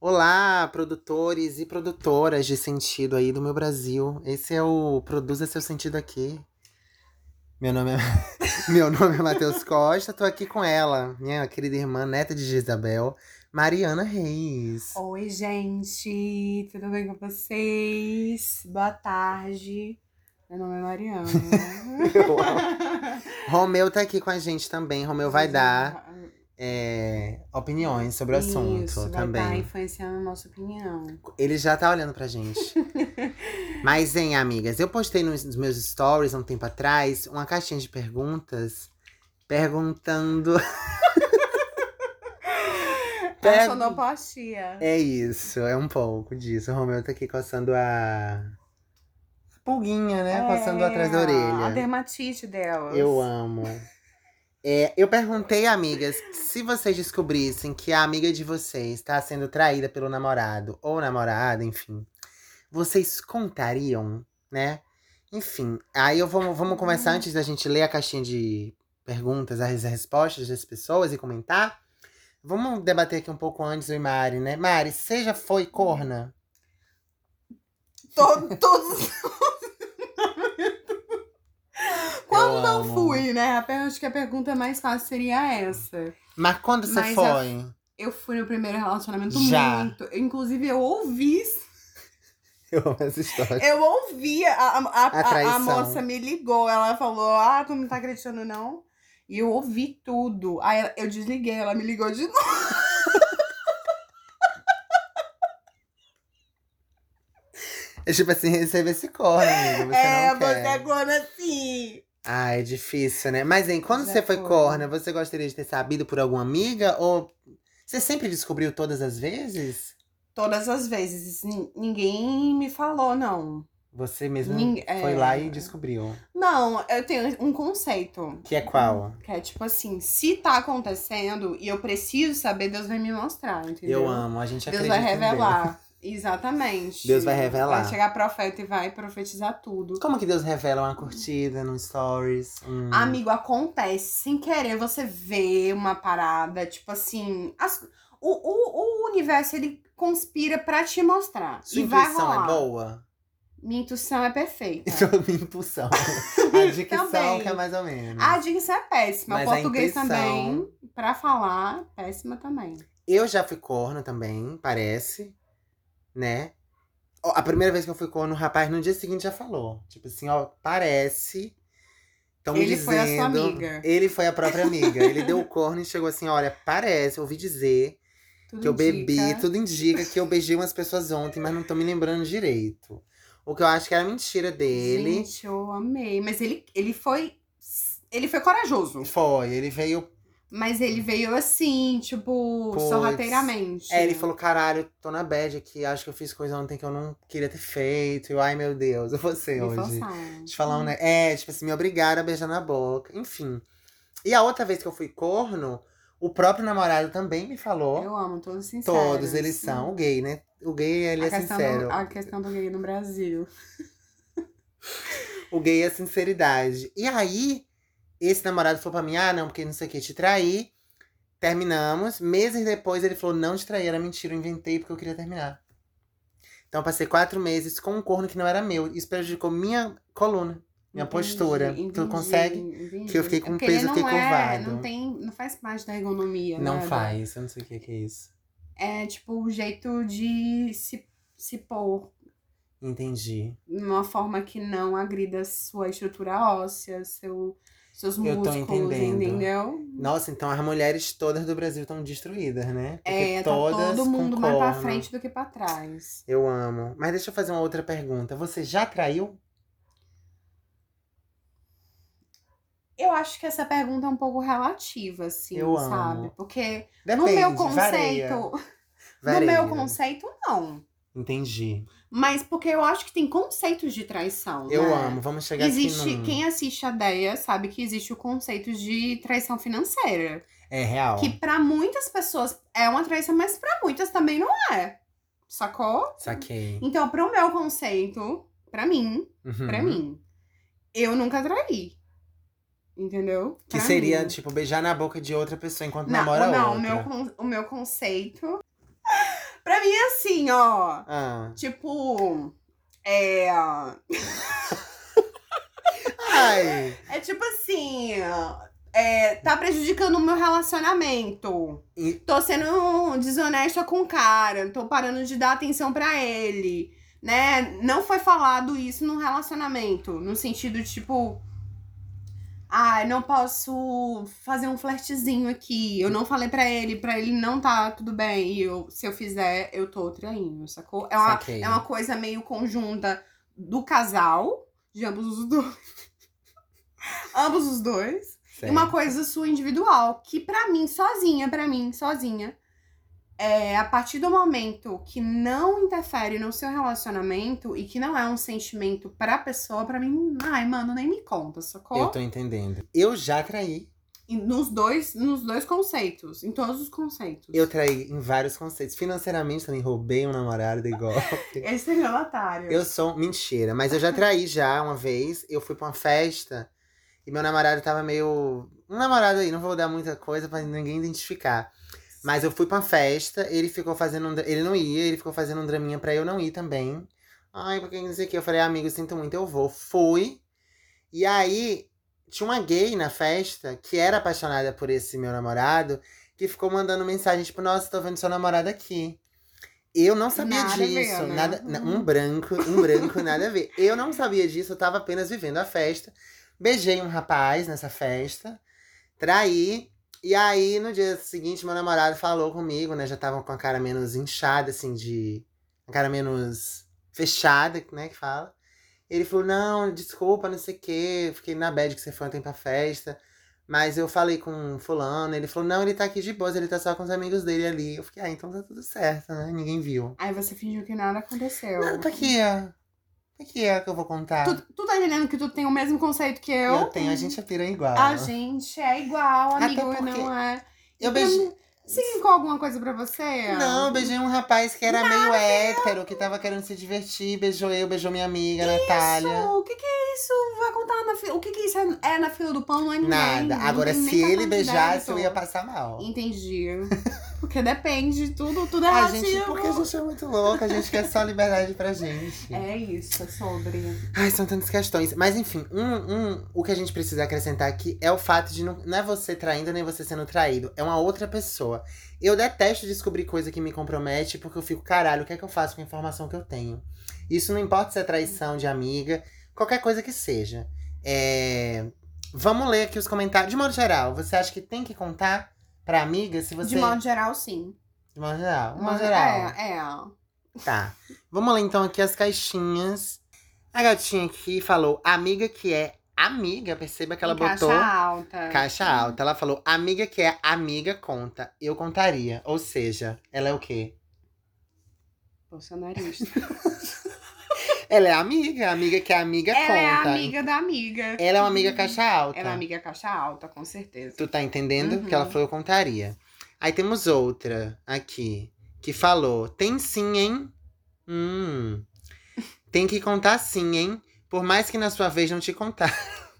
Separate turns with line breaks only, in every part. Olá, produtores e produtoras de sentido aí do meu Brasil. Esse é o Produza Seu Sentido Aqui. Meu nome é, meu nome é Matheus Costa, tô aqui com ela, minha querida irmã, neta de Isabel, Mariana Reis.
Oi, gente, tudo bem com vocês? Boa tarde. Meu nome é Mariana.
Eu Romeu tá aqui com a gente também. Romeu vai dar é, opiniões sobre o assunto
Isso, vai Tá
também.
influenciando a nossa opinião.
Ele já tá olhando pra gente. Mas, hein, amigas, eu postei nos nos meus stories há um tempo atrás uma caixinha de perguntas perguntando.
É
Pega-
a sonoplastia.
É isso, é um pouco disso. O Romeu tá aqui coçando a. Pulguinha, né? Coçando atrás da
É.
orelha.
A dermatite delas.
Eu amo. É, eu perguntei, amigas, se vocês descobrissem que a amiga de vocês está sendo traída pelo namorado ou namorada, enfim, vocês contariam, né? Enfim, aí eu vou, vamos
Uhum.
conversar antes da gente ler a caixinha de perguntas, as respostas das pessoas e comentar. Vamos debater aqui um pouco antes, eu e Mari, né? Mari, você já foi
Uhum.
corna?
To- Todos. Quando
Eu
não
amo.
fui, né? Apenas que a pergunta mais fácil seria essa.
Mas quando você
Mas a-
foi?
Eu fui no primeiro relacionamento
Já.
muito. Inclusive, eu ouvi
Eu amo essa história.
Eu ouvi, a, a, a,
A
a- a
traição.
moça me ligou, ela falou, ah, tu não tá acreditando não? E eu ouvi tudo. Aí ela- eu desliguei, ela me ligou de novo.
É tipo assim, receber esse corno, amiga. Você
é,
não quer.
você agora assim.
Ah, é difícil, né? Mas, hein, quando
Já
você foi
foi.
corna, você gostaria de ter sabido por alguma amiga? Ou você sempre descobriu todas as vezes?
Todas as vezes, assim, ninguém me falou, não.
Você mesmo
Ninguém- é.
foi lá e descobriu.
Não, eu tenho um conceito.
Que é qual?
Que é tipo assim, se tá acontecendo e eu preciso saber, Deus vai me mostrar, entendeu?
Eu amo, a gente
Deus
acredita
vai
em Deus.
revelar. Exatamente.
Deus vai revelar.
Vai chegar profeta e vai profetizar tudo.
Como que Deus revela uma curtida no stories? Um...
Amigo, acontece. Sem querer, você vê uma parada, tipo assim. as- o, o, o universo, ele conspira pra te mostrar.
Sua
e vai
intuição
rolar.
é boa?
Minha intuição é perfeita.
Então, minha intuição. A dicção
Também.
que é mais ou menos.
A dicção é péssima.
Mas
o
a
português
intuição-
também, pra falar, péssima também.
Eu já fui corno também, parece, né? Ó, A primeira vez que eu fui corno, o rapaz no dia seguinte já falou. Tipo assim, ó, parece. Tão me
Ele
dizendo.
foi a sua amiga.
Ele foi a própria amiga. Ele deu o corno e chegou assim: olha, parece, ouvi dizer
Tudo
que eu bebi,
indica.
tudo indica que eu beijei umas pessoas ontem, mas não tô me lembrando direito. O que eu acho que era mentira dele.
Gente, eu amei. Mas ele, ele foi. Ele foi corajoso.
Foi, ele veio.
Mas ele veio assim, tipo,
Puts.
sorrateiramente.
Hum. É, ele falou: caralho, tô na bad aqui, acho que eu fiz coisa ontem que eu não queria ter feito. E eu, ai meu Deus, eu vou ser
Me
hoje.
forçaram.
De falar um negócio. É, tipo assim, me obrigaram a beijar na boca. Enfim. E a outra vez que eu fui corno, o próprio namorado também me falou.
Eu amo, todos sinceros.
um Todos eles são. O gay, né? O gay, ele é
a, questão
sincero.
Do, a questão do gay no Brasil.
O gay é sinceridade. E aí, esse namorado falou pra mim: ah, não, porque não sei o que, te traí. Terminamos. Meses depois, ele falou: não te traí, era mentira, eu inventei porque eu queria terminar. Então, eu passei quatro meses com um corno que não era meu. Isso prejudicou minha coluna, minha
Entendi,
postura. Tu
entendi,
consegue?
entendi.
Que eu fiquei com um
É porque
peso,
não
eu fiquei
é-
curvado.
Não, tem, não faz parte da ergonomia,
Não
né?
faz, eu não sei o que que é isso.
É tipo o jeito de se, se pôr
Entendi.
de uma forma que não agrida sua estrutura óssea, seu, seus
Eu tô
músculos,
entendendo.
entendeu?
Nossa, então as mulheres todas do Brasil estão destruídas, né? Porque
É, tá
todas
todo
com
mundo mais pra
corno.
frente do que pra trás.
Eu amo. Mas deixa eu fazer uma outra pergunta. Você já traiu?
Eu acho que essa pergunta é um pouco relativa, assim,
Eu amo.
sabe? Porque
Depende,
no meu conceito,
varia. Varia.
No meu conceito, não.
Entendi.
Mas porque eu acho que tem conceitos de traição.
Eu
né?
amo. Vamos chegar aqui
Existe.
num...
Quem assiste a Deia sabe que existe o conceito de traição financeira.
É real.
Que pra muitas pessoas é uma traição, mas pra muitas também não é. Sacou?
Saquei.
Então, pro meu conceito, pra mim,
Uhum.
pra mim, eu nunca traí. Entendeu?
Que
Pra
seria,
mim.
tipo, beijar na boca de outra pessoa enquanto
Não,
namora
não, o
outra.
meu, con- o meu conceito. pra mim assim, ó.
Ah.
Tipo. É.
Ai.
É tipo assim. É, tá prejudicando o meu relacionamento.
E-
Tô sendo desonesta com o cara. Tô parando de dar atenção pra ele. Né? Não foi falado isso no relacionamento. No sentido, tipo. Ai, não posso fazer um flertezinho aqui. Eu não falei pra ele, pra ele não tá tudo bem. E eu, se eu fizer, eu tô traindo, sacou? É uma,
Saquei.
é uma coisa meio conjunta do casal, de ambos os dois. ambos os dois. E
Sei.
uma coisa sua individual, que pra mim, sozinha, pra mim, sozinha, é a partir do momento que não interfere no seu relacionamento e que não é um sentimento pra pessoa, pra mim, ai, mano, nem me conta, sacou?
Eu tô entendendo. Eu já traí.
E Nos dois, nos dois conceitos, em todos os conceitos.
Eu traí em vários conceitos. Financeiramente também roubei um namorado de golpe.
Esse é relatário.
Eu sou mentira, mas eu já traí já uma vez. Eu fui pra uma festa e meu namorado tava meio. Um namorado aí, não vou dar muita coisa pra ninguém identificar. Mas eu fui pra uma festa, ele ficou fazendo um. dra- Ele não ia, ele ficou fazendo um draminha pra eu não ir também. Ai, porque não sei o que. Eu falei, "Ah, amigo, sinto muito, eu vou. Fui. E aí, tinha uma gay na festa que era apaixonada por esse meu namorado, que ficou mandando mensagem, tipo, nossa, tô vendo seu namorado aqui. Eu não sabia
Nada a ver,
disso.
né?
nada, na-
Uhum.
Um branco, um branco, nada a ver. Eu não sabia disso, eu tava apenas vivendo a festa. Beijei um rapaz nessa festa, traí. E aí, no dia seguinte, meu namorado falou comigo, né? Já tava com a cara menos inchada, assim, de. A cara menos fechada, né? Que fala. Ele falou, não, desculpa, não sei o quê. eu Fiquei na bad que você foi ontem pra festa. Mas eu falei com fulano, ele falou, não, ele tá aqui de boas, ele tá só com os amigos dele ali. Eu fiquei, ah, então tá tudo certo, né? Ninguém viu.
Aí você fingiu que nada aconteceu.
Não, pra que é? Pra que é que eu vou contar?
Tu, tu tá entendendo que tu tem o mesmo conceito que eu?
eu tenho, a gente é piranha igual.
A gente é igual,
Até
amigo,
porque-
não é?
Eu beijei...
Significou alguma coisa pra você?
Não, eu beijei um rapaz que era meio hétero, que tava querendo se divertir. Beijou eu, beijou minha amiga, Natália.
Isso, o que que é isso? Vai contar na fila. O que que isso é, é na fila do pão? Não é ninguém.
Nada.
não
Agora,
tem nem
se ele
cartão de
beijasse, eu
débito.
ia passar mal.
Entendi. Porque depende, tudo, tudo é
A
relativo.
gente, porque a gente é muito louca, a gente quer só liberdade pra gente.
É isso, é sobre.
Ai, são tantas questões. Mas enfim, um, um, o que a gente precisa acrescentar aqui é o fato de não, não é você traindo nem você sendo traído, é uma outra pessoa. Eu detesto descobrir coisa que me compromete, porque eu fico, caralho, o que é que eu faço com a informação que eu tenho? Isso não importa se é traição de amiga, qualquer coisa que seja. É, Vamos ler aqui os comentários. De modo geral, você acha que tem que contar pra amiga se você.
De modo geral, sim.
De modo geral. De modo
Mas-
geral.
É, é.
Tá. Vamos ler então aqui as caixinhas. A gatinha aqui falou, amiga que é amiga, perceba que ela
Em
botou
Caixa alta.
caixa alta. Ela falou, amiga que é amiga conta, eu contaria. Ou seja, ela é o quê?
Bolsonarista.
Ela é amiga, amiga que é amiga
Ela é
conta.
amiga da amiga.
Ela é uma amiga caixa alta.
Ela é amiga caixa alta, com certeza.
Tu tá entendendo?
Uhum.
Que ela falou, eu contaria. Aí temos outra aqui, que falou, tem sim, hein? Hum. Tem que contar sim, hein? Por mais que na sua vez não te contar.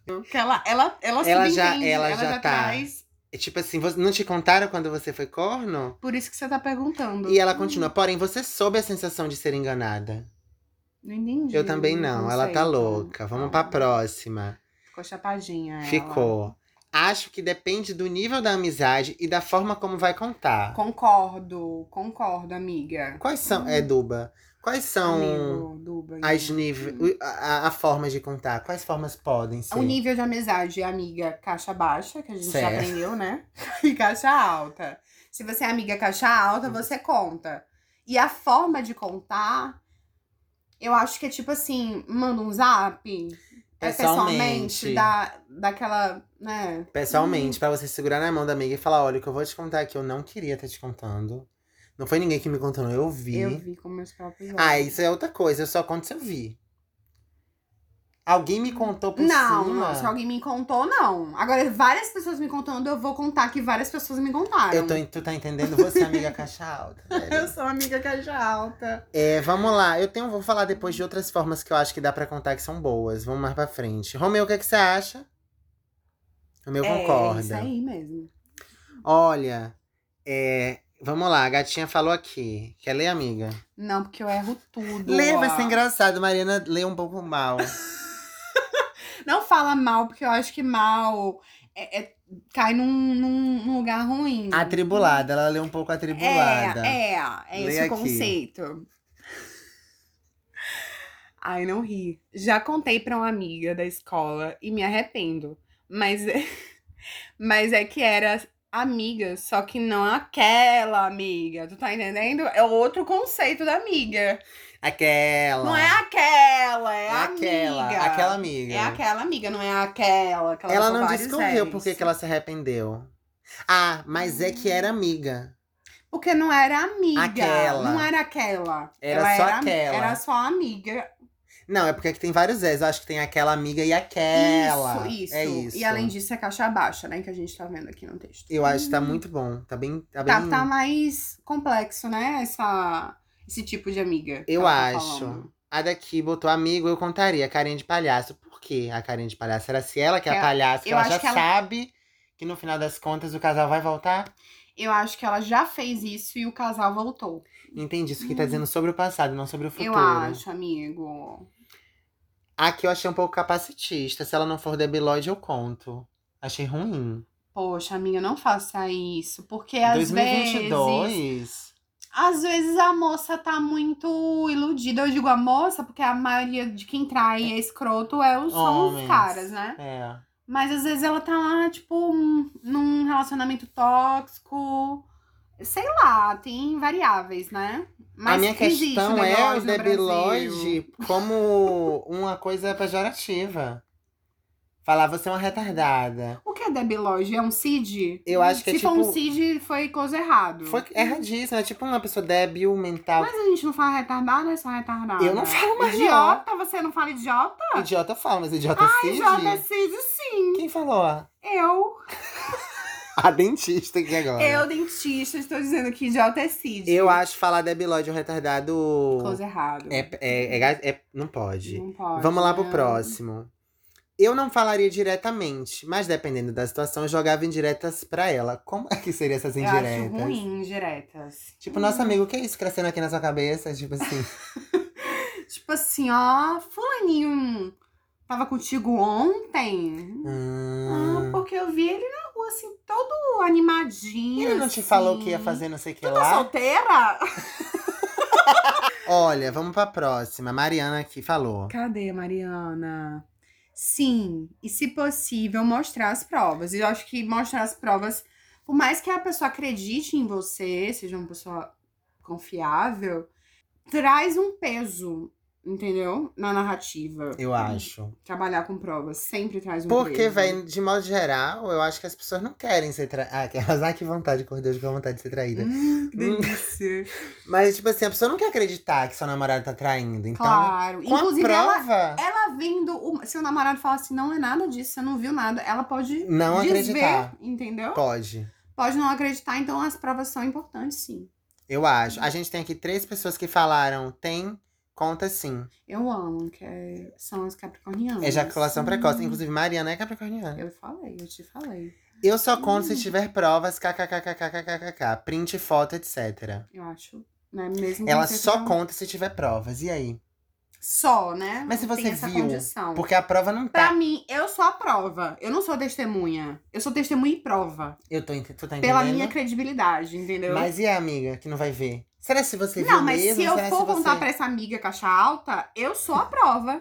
Porque ela, ela, ela,
Ela
subentende,
já- ela já tá.
traz.
É Tipo assim, vo- não te contaram quando você foi corno?
Por isso que você tá perguntando.
E ela continua, porém, você soube a sensação de ser enganada.
Não entendi.
Eu também não, ela tá
conceito.
louca. Vamos
Não.
pra próxima.
Então, Ficou chapadinha. ela.
Ficou. Acho que depende do nível da amizade e da forma como vai contar.
Concordo, concordo, amiga.
Quais são. É, Duba. Quais são
Amigo, Duba.
Então, as níveis. o- A, a- a forma de contar? Quais formas podem ser?
O um nível de amizade é amiga caixa baixa, que a gente já
Certo.
aprendeu, né? E caixa alta. Se você é amiga caixa alta, você conta. E a forma de contar, eu acho que é tipo assim, manda um zap. é Pessoalmente,
Pessoalmente.
da, daquela, né?
Pessoalmente, pra você segurar na mão da amiga e falar: olha, o que eu vou te contar aqui, eu não queria estar te contando. Não foi ninguém que me contou, não. Eu vi.
Eu vi com meus próprios olhos.
Ah, isso é outra coisa. Eu só conto se eu vi. Alguém me contou por
Não,
cima.
não, se alguém me contou, não. Agora, várias pessoas me contando, eu vou contar que várias pessoas me contaram.
Eu tô, en- tu tá entendendo? Você, amiga caixa alta.
Eu
velho.
sou amiga caixa alta.
É, vamos lá. Eu tenho, vou falar depois de outras formas que eu acho que dá pra contar que são boas. Vamos mais pra frente. Romeu, o que, é que você acha? Romeu
é,
concorda.
isso aí mesmo.
Olha, é, Vamos lá, a gatinha falou aqui. Quer ler, amiga?
Não, porque eu erro tudo.
Lê, vai
ó.
ser engraçado. Mariana lê um pouco mal.
Não fala mal, porque eu acho que mal é, é- cai num, num- num lugar ruim.
Atribulada, ela lê um pouco atribulada.
É, é, é
Lê
esse
aqui.
o conceito. Ai, não ri. Já contei pra uma amiga da escola e me arrependo. Mas, é, mas é que era amiga, só que não aquela amiga. Tu tá entendendo? É outro conceito da amiga.
Aquela.
Não é aquela, é,
É
aquela.
aquela.
Amiga.
Aquela amiga.
É aquela amiga, não é aquela. que
Ela
botou
não
vários
descobriu
Ls.
por que que ela se arrependeu. Ah, mas é que era
Uhum.
amiga.
Porque não era amiga.
Aquela.
Não era aquela.
Era
Ela
só
era,
aquela.
Era só amiga.
Não, é porque aqui tem vários Zés. Eu acho que tem aquela amiga e aquela.
Isso, isso.
É isso.
E além disso, é caixa baixa, né? Que a gente tá vendo aqui no texto.
Eu acho que tá muito bom. Tá bem. Tá bem...
Tá, tá mais complexo, né? Essa, esse tipo de amiga. que
Eu
ela tá
acho.
falando.
A daqui botou amigo, eu contaria. Carinha de palhaço. Por quê? A carinha de palhaço era se ela que é a
Eu-
palhaça, que
eu
ela
acho
já
que ela-
sabe que no final das contas o casal vai voltar.
Eu acho que ela já fez isso e o casal voltou.
Entendi. Isso aqui tá dizendo sobre o passado, não sobre o futuro.
Uhum. Eu acho, amigo.
Aqui eu achei um pouco capacitista. Se ela não for debilóide, eu conto. Achei ruim.
Poxa, amiga, não faça isso. Porque às vezes.
2022.
Às vezes a moça tá muito iludida. Eu digo a moça, porque a maioria de quem trai é escroto é os, são os
Homens.
caras, né?
É.
Mas às vezes ela tá lá, tipo, um- num relacionamento tóxico. Sei lá, tem variáveis, né? Mas
a minha
existe
questão é o
debilóide no Brasil.
debilóide como uma coisa pejorativa. Falar você é uma retardada.
O que é debilóide? É um CID?
Eu acho que
Se
é
for um
tipo-
CID, foi coisa errada.
Foi erradíssimo, é tipo uma pessoa débil mental.
Hum. Mas a gente não fala retardada, é só retardada.
Eu não falo mais
Idiota, você não fala idiota?
Idiota fala, mas idiota Cid?
Idiota é CID, sim.
Quem falou?
Eu.
A dentista aqui agora.
Eu, É dentista, estou dizendo que idiota é Cid.
Eu acho falar debilóide ou retardado.
Coisa errada.
É, é, é ga- é- não pode.
Não pode,
Vamos lá pro
né?
próximo. Eu não falaria diretamente, mas dependendo da situação, eu jogava indiretas pra ela. Como é que seriam essas
Eu
indiretas?
acho ruim, indiretas.
Tipo, nosso amigo, o que é isso crescendo aqui na sua cabeça? Tipo assim.
Tipo assim, ó, fulaninho tava contigo ontem. Ah,
hum.
porque eu vi ele na rua, assim, todo animadinho.
Ele não te
assim.
falou que ia fazer não sei o que
Tu tá
lá?
solteira?
Olha, vamos pra próxima. Mariana aqui falou.
Cadê, Mariana? Sim, e se possível, mostrar as provas. E eu acho que mostrar as provas, por mais que a pessoa acredite em você, seja uma pessoa confiável, traz um peso, entendeu? Na narrativa.
Eu acho.
Trabalhar com provas sempre traz um
Porque,
peso.
velho, de modo geral, eu acho que as pessoas não querem ser traídas. Ah, aquelas, ai, que vontade, por Deus, que vontade de ser traída.
Hum, que delícia.
Mas, tipo assim, a pessoa não quer acreditar que seu namorado tá traindo. Então,
claro.
com
Inclusive,
a prova,
ela, ela vendo. O, seu namorado falar assim, não é nada disso, você não viu nada. Ela pode
não
desver,
acreditar.
entendeu?
Pode.
pode não acreditar, então as provas são importantes, sim.
Eu acho. A gente tem aqui três pessoas que falaram tem, conta sim.
Eu amo, que é- são as capricornianas.
Ejaculação
Hum,
precoce. Inclusive, Mariana é capricorniana.
Eu falei, eu te falei.
Eu só conto se tiver provas, kkkkkkkkk. Print, foto, etc.
Eu acho, né? Mesmo que
Ela
você
só
tenha-
conta se tiver provas. E aí?
Só, né?
Mas se
Não
você
tem essa
viu,
condição.
Porque a prova não
Pra
tá.
mim, eu sou a prova. Eu não sou testemunha. Eu sou testemunha e prova.
Eu tô, ente- tu tá
Pela
entendendo?
minha credibilidade, entendeu?
Mas e a amiga que não vai ver? Será se você viu
não, mas
mesmo?
se eu
Será
for
você...
contar pra essa amiga caixa alta, eu sou a prova.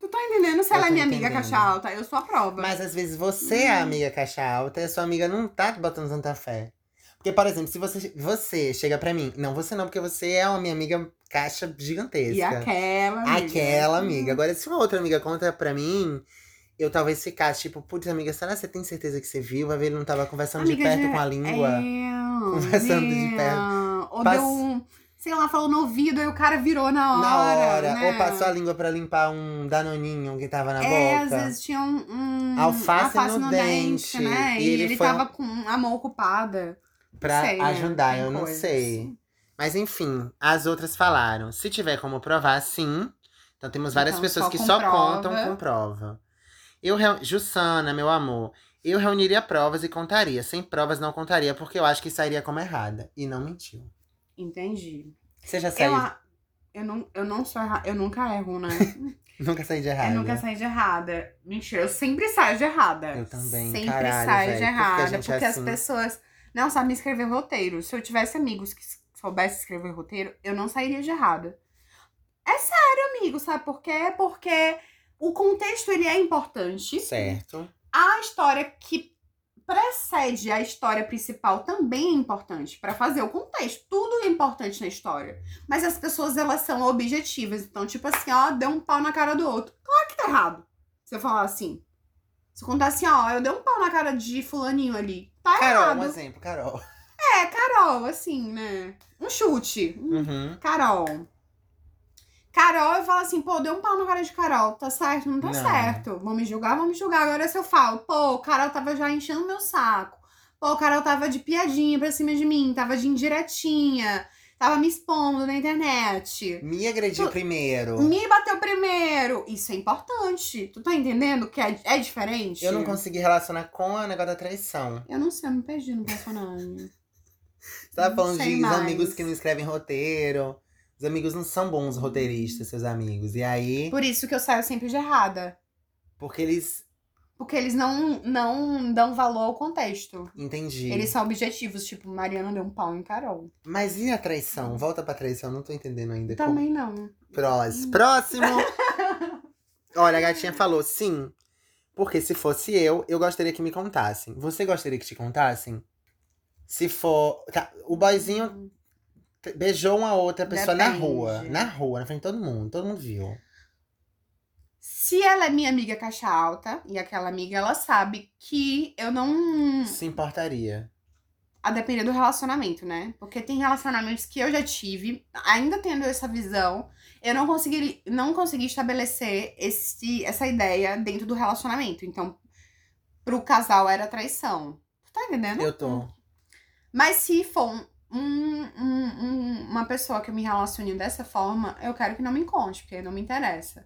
Tu tá entendendo? Se
Eu
ela é
tô
minha amiga
entendendo.
caixa alta, eu sou a prova.
Mas às vezes você
Uhum.
é a amiga caixa alta e a sua amiga não tá te botando tanta fé. Porque, por exemplo, se você, você chega pra mim. Não, você não, porque você é uma minha amiga caixa gigantesca.
E aquela amiga.
é
Uhum.
Aquela amiga. Agora, se uma outra amiga conta pra mim, eu talvez ficasse tipo, putz, amiga, será que você tem certeza que você viu? Vai ver, ele não tava conversando de
Amiga,
perto
já-
com a língua.
É,
Conversando de perto.
Ou
Pass-
deu um, sei lá, falou no ouvido, aí o cara virou na hora.
Na hora.
né?
Ou passou a língua pra limpar um danoninho que tava na
É, às
boca.
vezes tinha um, um
Alface no dente,
né?
e
E,
ele
ele,
foi um
tava com a mão ocupada.
Pra
Sei, né?
ajudar,
Tem
eu não
coisas.
sei. Mas enfim, as outras falaram. Se tiver como provar, sim. Então temos várias
Então,
pessoas
só
que
com
só
prova.
contam com prova. Eu, real- Jussana, meu amor, Eu reuniria provas e contaria. Sem provas não contaria, porque eu acho que sairia como errada. E não mentiu.
Entendi.
Você já saiu.
Eu, a- eu, não, eu não sou errada. Eu nunca erro, né?
Nunca saí de errada.
eu nunca saí de errada. Mentira, eu sempre saio de errada.
Eu também,
Sempre
caralho,
saio
velho. Por
de
que a
errada.
gente é
Porque, as
assim?
pessoas não sabem escrever roteiro. Se eu tivesse amigos que soubessem escrever roteiro, eu não sairia de errada. É sério, amigo, sabe por quê? Porque o contexto ele é importante.
Certo.
A história que precede a história principal também é importante para fazer o contexto. Tudo é importante na história. Mas as pessoas elas são objetivas, então tipo assim, ó, deu um pau na cara do outro. Claro que tá errado. Se eu falar assim, se eu contar assim, ó, eu dei um pau na cara de fulaninho ali. Tá
Carol, um
errado.
exemplo, Carol.
É, Carol, assim, né? Um chute,
Uhum.
Carol. Carol, eu falo assim, pô, deu um pau na cara de Carol, tá certo? Não tá
Não.
certo. Vão me julgar, vão me julgar. Agora se eu falo, pô, Carol tava já enchendo meu saco. Pô, Carol tava de piadinha pra cima de mim, tava de indiretinha, tava me expondo na internet.
Me agrediu
Tu-
primeiro.
Me bateu primeiro. Isso é importante. Tu tá entendendo que é, é diferente?
Eu não consegui relacionar com o negócio da traição.
Eu não sei, eu me perdi no personagem.
Você tava
Não
falando
sei
de
mais. Uhum.
amigos que não escrevem roteiro. Os amigos não são bons roteiristas, seus amigos. E aí,
Por isso que eu saio sempre de errada.
porque eles.
Porque eles não, não dão valor ao contexto.
Entendi.
Eles são objetivos, tipo, Mariana deu um pau em Carol.
Mas e a traição? Volta pra traição, não tô entendendo ainda. como-
Também não.
Prós. Próximo! Olha, a gatinha falou sim. Porque se fosse eu, eu gostaria que me contassem. Você gostaria que te contassem? Se for. tá, o boyzinho te- beijou uma outra pessoa na
Depende.
rua. Na rua, na frente de todo mundo. Todo mundo viu.
Se ela é minha amiga caixa alta, e aquela amiga ela sabe que eu não.
Se importaria.
A depender do relacionamento, né? Porque tem relacionamentos que eu já tive, ainda tendo essa visão, eu não consegui, não consegui estabelecer esse, essa ideia dentro do relacionamento. Então, pro casal era traição. Tu tá entendendo?
Eu tô.
Mas se for um- um- um- um- uma pessoa que eu me relacione dessa forma, eu quero que não me conte, porque não me interessa.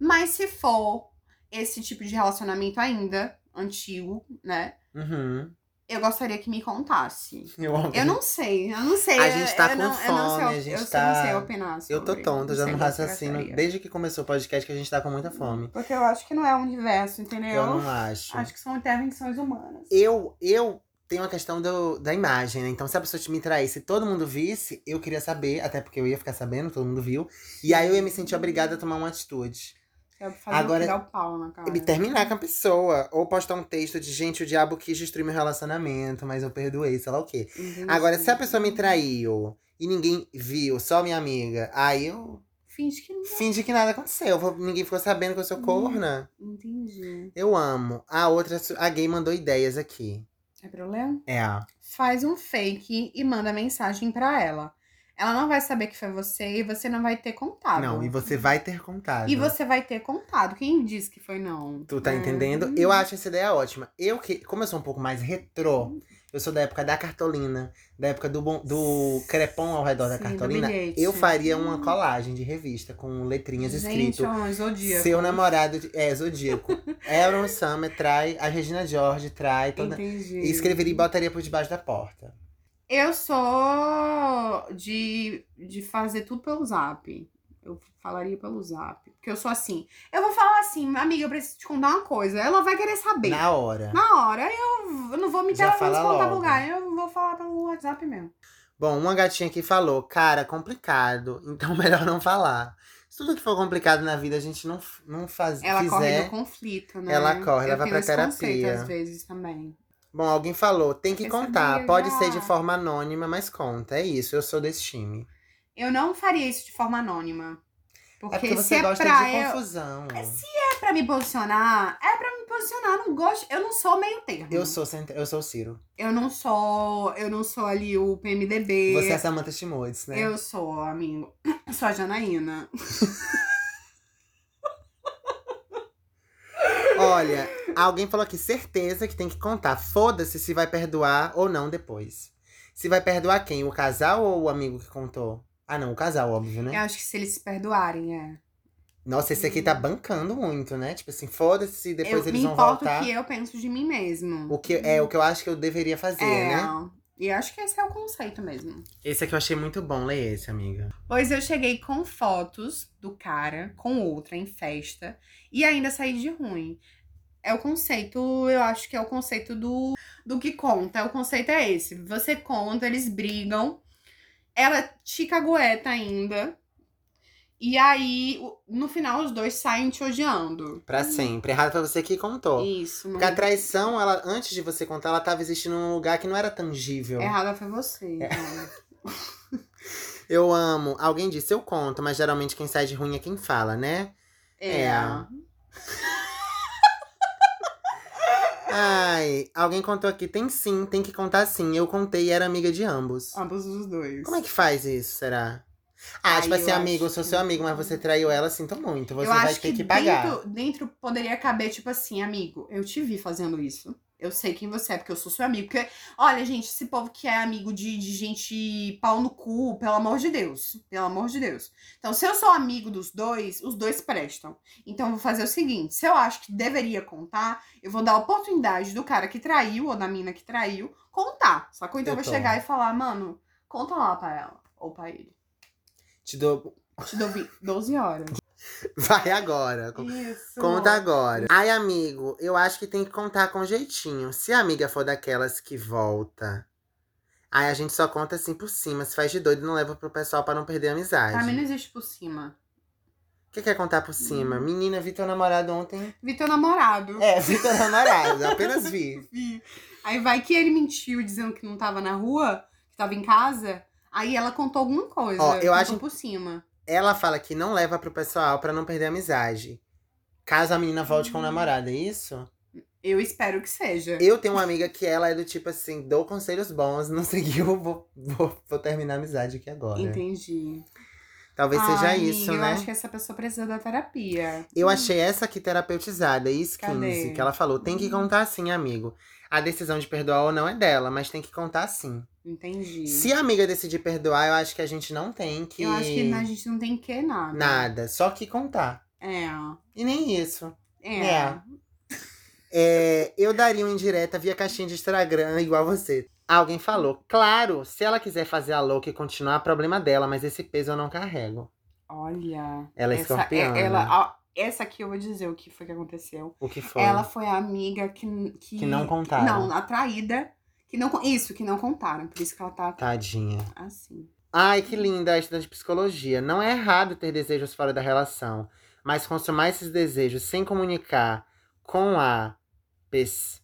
Mas se for esse tipo de relacionamento ainda, antigo, né?
Uhum.
Eu gostaria que me contasse.
Eu, amo.
Eu não sei, eu não sei.
A gente tá
eu
com
não, eu não sei,
fome,
op-
a gente
eu
tá-
não sei opinar
Eu tô
sobre,
tonta, já
não sei
não
o que eu
raciocino.
gostaria.
Desde que começou o podcast que a gente tá com muita fome.
Porque eu acho que não é um universo, entendeu?
Eu não acho.
Acho que são intervenções humanas.
Eu, eu tenho a questão do, da imagem, né? Então, se a pessoa te me traísse e todo mundo visse, eu queria saber, até porque eu ia ficar sabendo, todo mundo viu. E aí eu ia me sentir obrigada a tomar uma atitude.
Eu fazer
Agora-
Agora... dar o pau na cara.
E terminar com a pessoa. Ou postar um texto de gente, o diabo quis destruir meu relacionamento, mas eu perdoei, sei lá o quê.
Entendi.
Agora, se a pessoa me traiu e ninguém viu, só minha amiga, aí eu
Finge que não.
finge que nada aconteceu. vou- Ninguém ficou sabendo que eu sou
Hum.
corna.
Entendi.
Eu amo. A outra, a gay mandou ideias aqui.
É problema?
É.
faz um fake e manda mensagem pra ela. Ela não vai saber que foi você e você não vai ter contado.
Não, e você vai ter contado.
Tá E você vai ter contado. Quem disse que foi não?
Tu tá
É.
entendendo? Eu acho essa ideia ótima. Eu que, como eu sou um pouco mais retrô, eu sou da época da cartolina, da época do, bom- do crepom ao redor da
Sim, do
cartolina.
bilhete.
Eu faria uma colagem de revista com letrinhas
Gente,
escrito.
ó, um zodíaco.
Seu namorado de- é zodíaco. Aaron Summer trai, a Regina George trai, toda.
Entendi.
tá E escreveria e botaria por debaixo da porta.
Eu sou de, de fazer tudo pelo zap. Eu falaria pelo zap. Porque eu sou assim. Eu vou falar assim, amiga, eu preciso te contar uma coisa. Ela vai querer saber.
Na hora.
Na hora, eu eu não vou me
Já
telefonar
fala
contar
logo.
pro lugar. Eu vou falar pelo WhatsApp mesmo.
Bom, uma gatinha aqui falou, cara, complicado, então melhor não falar. Se tudo que for complicado na vida a gente não, f- não faz,
Ela corre
fizer.
do conflito, né?
ela corre, ela
Eu
vai
tenho
pra
esse conceito,
terapia.
às vezes também.
Bom, alguém falou, tem que
Eu
contar.
sabia,
Pode
é já.
ser de forma anônima, mas conta. É isso, eu sou desse time.
Eu não faria isso de forma anônima. Porque,
é porque
se
você
é
gosta
pra
de
eu,
confusão.
é pra me posicionar, é pra me posicionar. Eu não gosto, eu não sou meio termo.
Eu sou cent- eu sou o Ciro.
Eu não sou, eu não sou ali o PMDB.
Você é a Samantha Schmutz, né?
Eu sou, amigo. Sou a Janaína.
Olha, alguém falou aqui, certeza que tem que contar. Foda-se se vai perdoar ou não depois. Se vai perdoar quem? O casal ou o amigo que contou? Ah, não, o casal, óbvio, né?
Eu acho que se eles se perdoarem, é.
Nossa, esse aqui tá bancando muito, né? Tipo assim, foda-se, depois
eu
eles
me
vão
importo
voltar.
o que eu penso de mim mesmo.
O que é o que eu acho que eu deveria fazer,
É.
né?
E eu acho que esse é o conceito mesmo.
Esse aqui eu achei muito bom, lê esse, amiga.
Pois eu cheguei com fotos do cara, com outra em festa, e ainda saí de ruim. É o conceito, eu acho que é o conceito do, do que conta. O conceito é esse. Você conta, eles brigam. Ela te cagueta ainda. E aí, o- no final, os dois saem te odiando.
Pra sempre. Errado pra você que contou.
Isso,
Porque a
mano.
traição, ela, antes de você contar, ela tava existindo num lugar que não era tangível.
Errada foi você.
É.
então.
Eu amo. Alguém disse, eu conto, mas geralmente quem sai de ruim é quem fala, né?
É.
É. Ai, alguém contou aqui, tem sim, tem que contar sim. Eu contei e era amiga de ambos.
Ambos os dois.
Como é que faz isso, será? Ah,
Ai,
tipo assim,
eu
amigo, eu
acho
sou
que-
seu amigo, mas você traiu ela, sinto muito. Você
eu
vai
acho
ter que, pagar.
dentro, dentro poderia caber, tipo assim, amigo, eu te vi fazendo isso. Eu sei quem você é, porque eu sou seu amigo. Porque, olha, gente, esse povo que é amigo de, de gente pau no cu, pelo amor de Deus. Pelo amor de Deus. Então, se eu sou amigo dos dois, os dois prestam. Então, eu vou fazer o seguinte: se eu acho que deveria contar, eu vou dar a oportunidade do cara que traiu, ou da mina que traiu, contar. Sacou? Então, eu
Eu
vou
tô.
chegar e falar, mano, conta lá pra ela, ou pra ele.
Te dou.
Te dou vi- 12 horas.
Vai agora.
Isso.
Conta agora. Ai, amigo, eu acho que tem que contar com jeitinho. Se a amiga for daquelas que volta. Aí a gente só conta assim por cima, se faz de doido e não leva pro pessoal pra não perder a
Pra mim
amizade.
não existe por cima.
O que quer contar por cima?
Hum.
Menina, vi teu namorado ontem.
Vi teu namorado.
É, vi teu namorado, apenas vi.
Vi. Aí vai que ele mentiu dizendo que não tava na rua, que tava em casa. Aí ela contou alguma coisa.
Ó, eu
contou
acho-
por cima.
Ela fala que não leva pro pessoal pra não perder a amizade. Caso a menina volte com
Hum.
o namorado, é isso?
Eu espero que seja.
Eu tenho uma amiga que ela é do tipo assim, dou conselhos bons, não seguiu, vou, vou, vou terminar a amizade aqui agora.
Entendi.
Talvez seja
Ai,
isso,
amiga,
né?
Eu acho que essa pessoa precisa da terapia.
Eu achei essa aqui terapeutizada, é isso 15,
Cadê? Hum.
que ela falou. Tem que contar sim, amigo. A decisão de perdoar ou não é dela, mas tem que contar sim.
Entendi.
Se a amiga decidir perdoar, eu acho que a gente não tem que.
Eu acho que a gente não tem que nada.
Nada, só que contar.
É.
E nem isso.
É.
É. É, eu daria uma indireta via caixinha de Instagram, igual você. Alguém falou, claro, se ela quiser fazer a louca e continuar, é problema dela, mas esse peso eu não carrego.
Olha.
Ela é
essa,
escorpiana.
é- ela, ó, essa aqui eu vou dizer o que foi que aconteceu.
O que foi?
Ela foi a amiga que. Que,
Que não contaram.
Não, a traída. Que não, con- isso, que não contaram. Por isso que ela tá
Tadinha.
assim.
Ai, que linda, a estudante de psicologia. Não é errado ter desejos fora da relação, mas consumar esses desejos sem comunicar com a pes-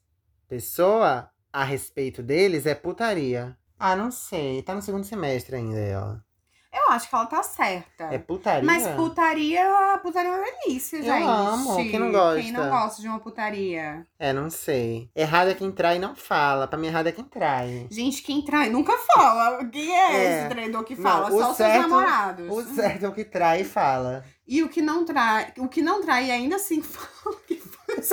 pessoa a respeito deles é putaria. Ah, não sei. Tá no segundo semestre ainda ela.
Eu acho que ela tá certa.
É putaria?
Mas putaria, putaria é uma delícia,
Eu
gente.
amo, quem não gosta?
Quem não gosta de uma putaria?
É, não sei. Errado é quem trai e não fala. Pra mim, errado é quem trai.
Gente, quem trai nunca fala. Quem é,
É.
esse traidor que
Não,
fala?
o
Só os seus
certo-
namorados.
O certo é o que trai e fala.
E o que não trai, o que não trai ainda assim fala que faz.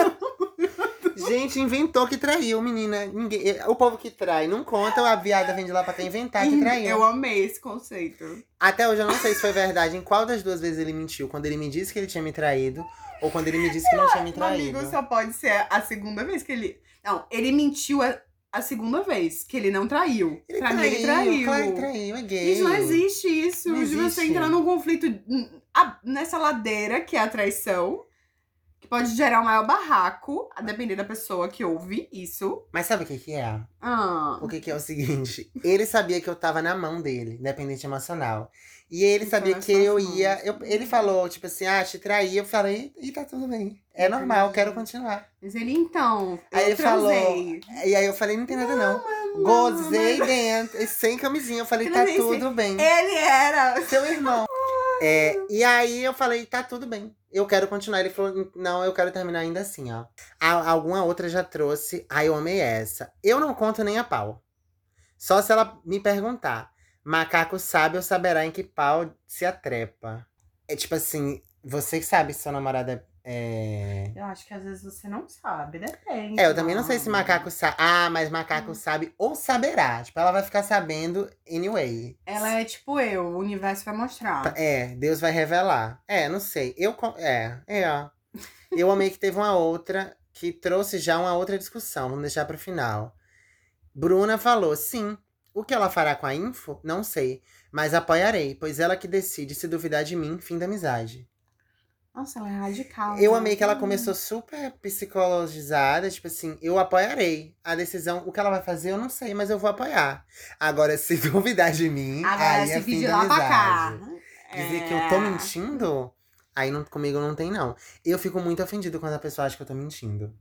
Gente, inventou que traiu, menina. Ninguém- eh, O povo que trai não conta, a viada vem de lá pra quem inventar é que traiu.
Eu amei esse conceito.
Até hoje eu não sei se foi verdade em qual das duas vezes ele mentiu. Quando ele me disse que ele tinha me traído ou quando ele me disse que não tinha me
Meu
traído.
amigo, só pode ser a segunda vez que ele. Não, ele mentiu a, a segunda vez, que ele não traiu.
Ele
pra
traiu,
mim, ele traiu.
Claro que traiu, é gay.
Gente, não existe isso
Não
de você
existe.
entrar num conflito hum, a- nessa ladeira que é a traição, que pode gerar o maior barraco, a depender da pessoa que ouve isso.
Mas sabe o que que é?
Ah,
O que que é o seguinte. Ele sabia que eu tava na mão dele, dependente emocional. E ele
Então,
sabia
é
que
só
eu
as mãos.
ia... eu- ele falou, tipo assim, ah, te traí. Eu falei, e tá tudo bem. É normal, eu quero continuar.
mas ele então.
Aí
eu
ele falou, "Hum."
transei.
E aí eu falei, não tem nada não.
não,
Gozei dentro, e sem camisinha. Eu falei,
Que
tá
não existe.
tudo bem.
Ele era.
seu irmão. É, e aí eu falei, tá tudo bem. Eu quero continuar. Ele falou, não, eu quero terminar ainda assim, ó. A- alguma outra já trouxe. Aí eu amei essa. Eu não conto nem a pau. Só se ela me perguntar. Macaco sabe ou saberá em que pau se atrepa. É tipo assim, você que sabe se seu namorado é É...
Eu acho que às vezes você não sabe, depende.
É, eu também não sei se
Então.
mano.
macaco sabe. Ah, mas macaco sabe ou saberá. Tipo, ela vai ficar sabendo anyway.
Ela é tipo eu, o universo vai mostrar.
É, Deus vai revelar. É, não sei. Eu. con- É, é, ó. Eu amei que teve uma outra que trouxe já uma outra discussão. Vamos deixar pro final. Bruna falou: sim, o que ela fará com a info? Não sei. Mas apoiarei, pois ela que decide se duvidar de mim, fim da amizade.
Nossa, ela é radical.
Eu
né?
amei que ela começou super psicologizada, tipo assim, eu apoiarei a decisão. O que ela vai fazer, eu não sei, mas eu vou apoiar. Agora, se duvidar de mim,
Agora
aí é
se
fim
pedir
da
lá pra cá. né? É.
amizade. Dizer que eu tô mentindo, aí não, comigo não tem, não. Eu fico muito ofendido quando a pessoa acha que eu tô mentindo.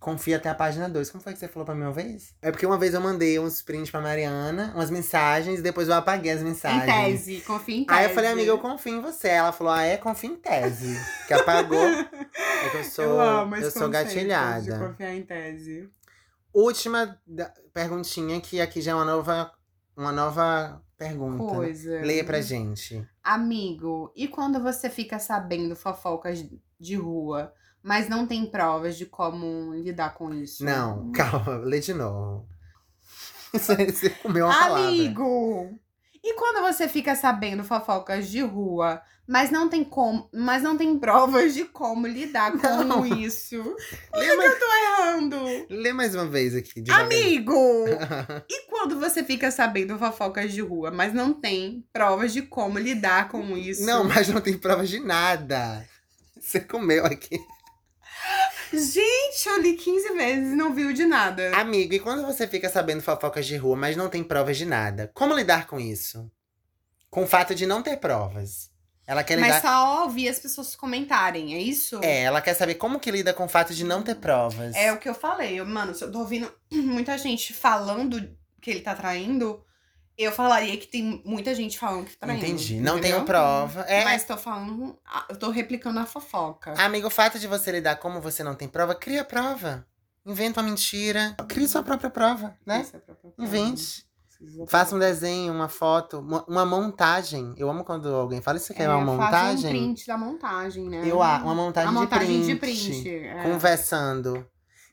Confia até a página 2. Como foi que você falou pra mim uma vez? É porque uma vez eu mandei uns prints pra Mariana, umas mensagens, e depois eu apaguei as
Em
mensagens.
tese, confia em tese.
Aí eu falei, amiga, eu confio em você. Ela falou, ah, é? Confia em tese. Que apagou. É que eu sou,
eu amo
eu
esse
sou
conceito De
gatilhada.
confiar em tese.
Última da- perguntinha, que aqui já é uma nova, uma nova pergunta. né?
Coisa.
Leia pra gente.
Amigo, e quando você fica sabendo fofocas de rua, mas não tem provas de como lidar com isso? Hum.
Não, calma, lê de novo. Isso aí Você comeu uma palavra.
Amigo! E quando você fica sabendo fofocas de rua, mas não tem como, mas não tem provas de como lidar com
Não.
isso?
Lê mais,
Tô errando.
lê mais uma vez aqui. devagar.
Amigo! E quando você fica sabendo fofocas de rua, mas não tem provas de como lidar com isso?
Não, mas não tem prova de nada. Você comeu aqui.
Gente, eu li 15 vezes e não viu de nada.
Amigo, e quando você fica sabendo fofocas de rua, mas não tem provas de nada, como lidar com isso? Com o fato de não ter provas. Ela quer
Mas
lidar.
só ouvir as pessoas comentarem, é isso?
É, ela quer saber como que lida com o fato de não ter provas.
É o que eu falei. Eu, mano, se eu tô ouvindo muita gente falando que ele tá traindo, eu falaria que tem muita gente falando que tá traindo.
Entendi. Não
entendeu?
tenho prova. É.
Mas tô falando. ah, Eu tô replicando a fofoca.
Amigo, o fato de você lidar como você não tem prova, cria prova. Inventa uma mentira. Crie sua própria prova, né?
Isso é própria prova.
Invente.
Precisa-
Faça um desenho, uma foto, uma, uma montagem. Eu amo quando alguém fala isso aqui é, uma
eu faço um
montagem.
print da montagem, né?
Eu a uma montagem,
a montagem de print. é.
conversando.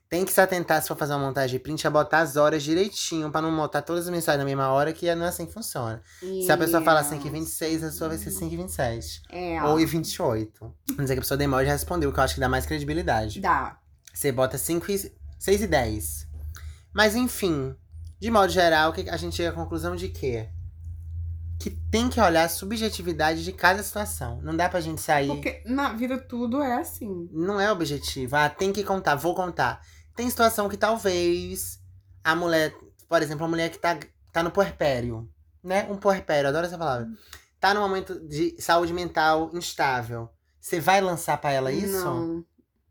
Tem que se atentar se for fazer uma montagem de print a botar as horas direitinho pra não botar todas as mensagens na mesma hora, que não é assim que funciona. Se a pessoa assim falar 5h26, a sua vai ser 5h27.
É,
Ou 28. Vamos dizer que a pessoa demora de responder, o que eu acho que dá mais credibilidade.
dá.
Você bota 5 e 6 e 10. Mas enfim, de modo geral, que a gente chega à conclusão de que que tem que olhar a subjetividade de cada situação. Não dá pra gente sair
Porque na vida tudo é assim.
não é objetivo. Ah, tem que contar, vou contar. Tem situação que talvez a mulher, por exemplo, a mulher que tá, tá no puerpério, né? Um puerpério, adoro essa palavra. Tá num momento de saúde mental instável. Você vai lançar pra ela isso?
Não.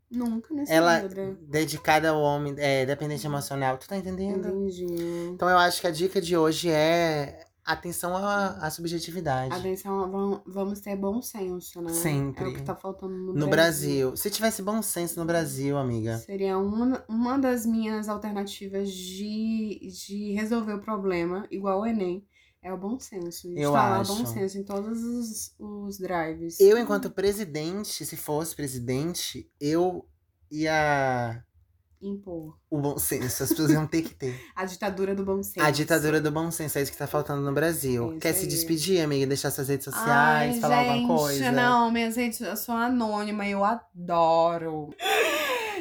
Nunca nesse
Ela
vida.
dedicada ao homem, é dependente emocional. Tu tá entendendo?
Entendi.
Então eu acho que a dica de hoje é atenção à, à subjetividade.
Atenção, vam- é vamos ter bom senso, né?
Sempre.
É o que tá faltando no,
No Brasil. Se tivesse bom senso no Brasil, amiga.
Seria uma, uma das minhas alternativas de, de resolver o problema, igual o Enem. É o bom senso.
Eu
Instalar
acho.
bom senso em todos os, os drives.
Eu, enquanto presidente, se fosse presidente, eu ia.
Impor.
O bom senso, as pessoas iam ter que ter.
A ditadura do bom senso.
A ditadura do bom senso, é isso que tá faltando no Brasil.
É isso
Quer se
aí.
despedir, amiga? Deixar suas redes
Ai,
sociais, falar
gente,
alguma coisa?
Não, minhas redes, eu sou anônima, eu adoro.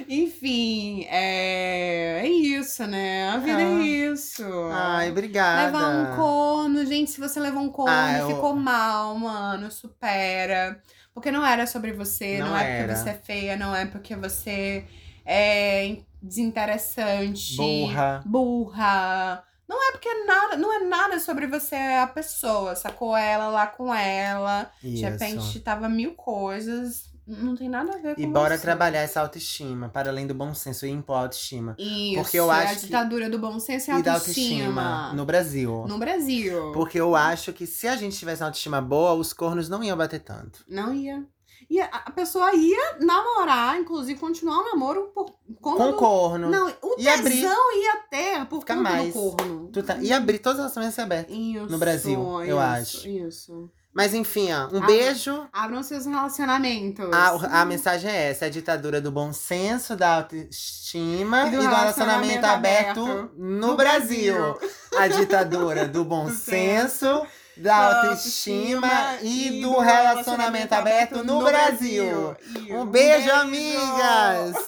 Enfim, é, é isso, né? A vida
Ah.
é isso.
Ai, obrigada.
Levar um corno, gente, se você levou um corno
Ah, eu-
ficou mal, mano, supera. Porque não era sobre você, não,
Não
é
era.
porque você é feia, não é porque você é desinteressante.
Burra.
Burra. Não é porque nada, não é nada sobre você, é a pessoa, sacou É ela lá com ela. De
Isso.
repente tava mil coisas, não tem nada a ver com
E bora
você.
trabalhar essa autoestima, para além do bom senso e impor a autoestima.
Isso,
Porque eu
é
acho
a
que-
ditadura do bom senso e,
E da
autoestima.
autoestima no Brasil.
No Brasil.
Porque eu acho que se a gente tivesse uma autoestima boa, os cornos não iam bater tanto.
Não ia. E a, a pessoa ia namorar, inclusive continuar o namoro por conta
Com
do...
corno.
Não, o
E
tesão
abrir.
ia ter por
Fica
conta
mais.
do corno.
Tu tá- E abrir todas as relações abertas.
Isso,
no Brasil, eu
isso,
acho.
Isso.
Mas enfim, ó, um
Ah,
beijo.
Abram seus relacionamentos.
A, a mensagem é essa: é a ditadura do bom senso, da autoestima
E
e
do
do, relacionamento,
relacionamento
aberto,
aberto
no, Brasil. A ditadura do bom
Do
senso, da autoestima e do relacionamento aberto no Brasil. Um beijo, Um amigas!